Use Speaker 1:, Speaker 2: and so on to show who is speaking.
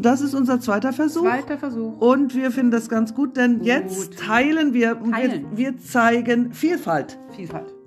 Speaker 1: das ist unser zweiter Versuch.
Speaker 2: Zweiter Versuch.
Speaker 1: Und wir finden das ganz gut, denn
Speaker 2: Gut.
Speaker 1: jetzt teilen wir,
Speaker 2: Teilen.
Speaker 1: wir. Wir zeigen Vielfalt.
Speaker 2: Vielfalt.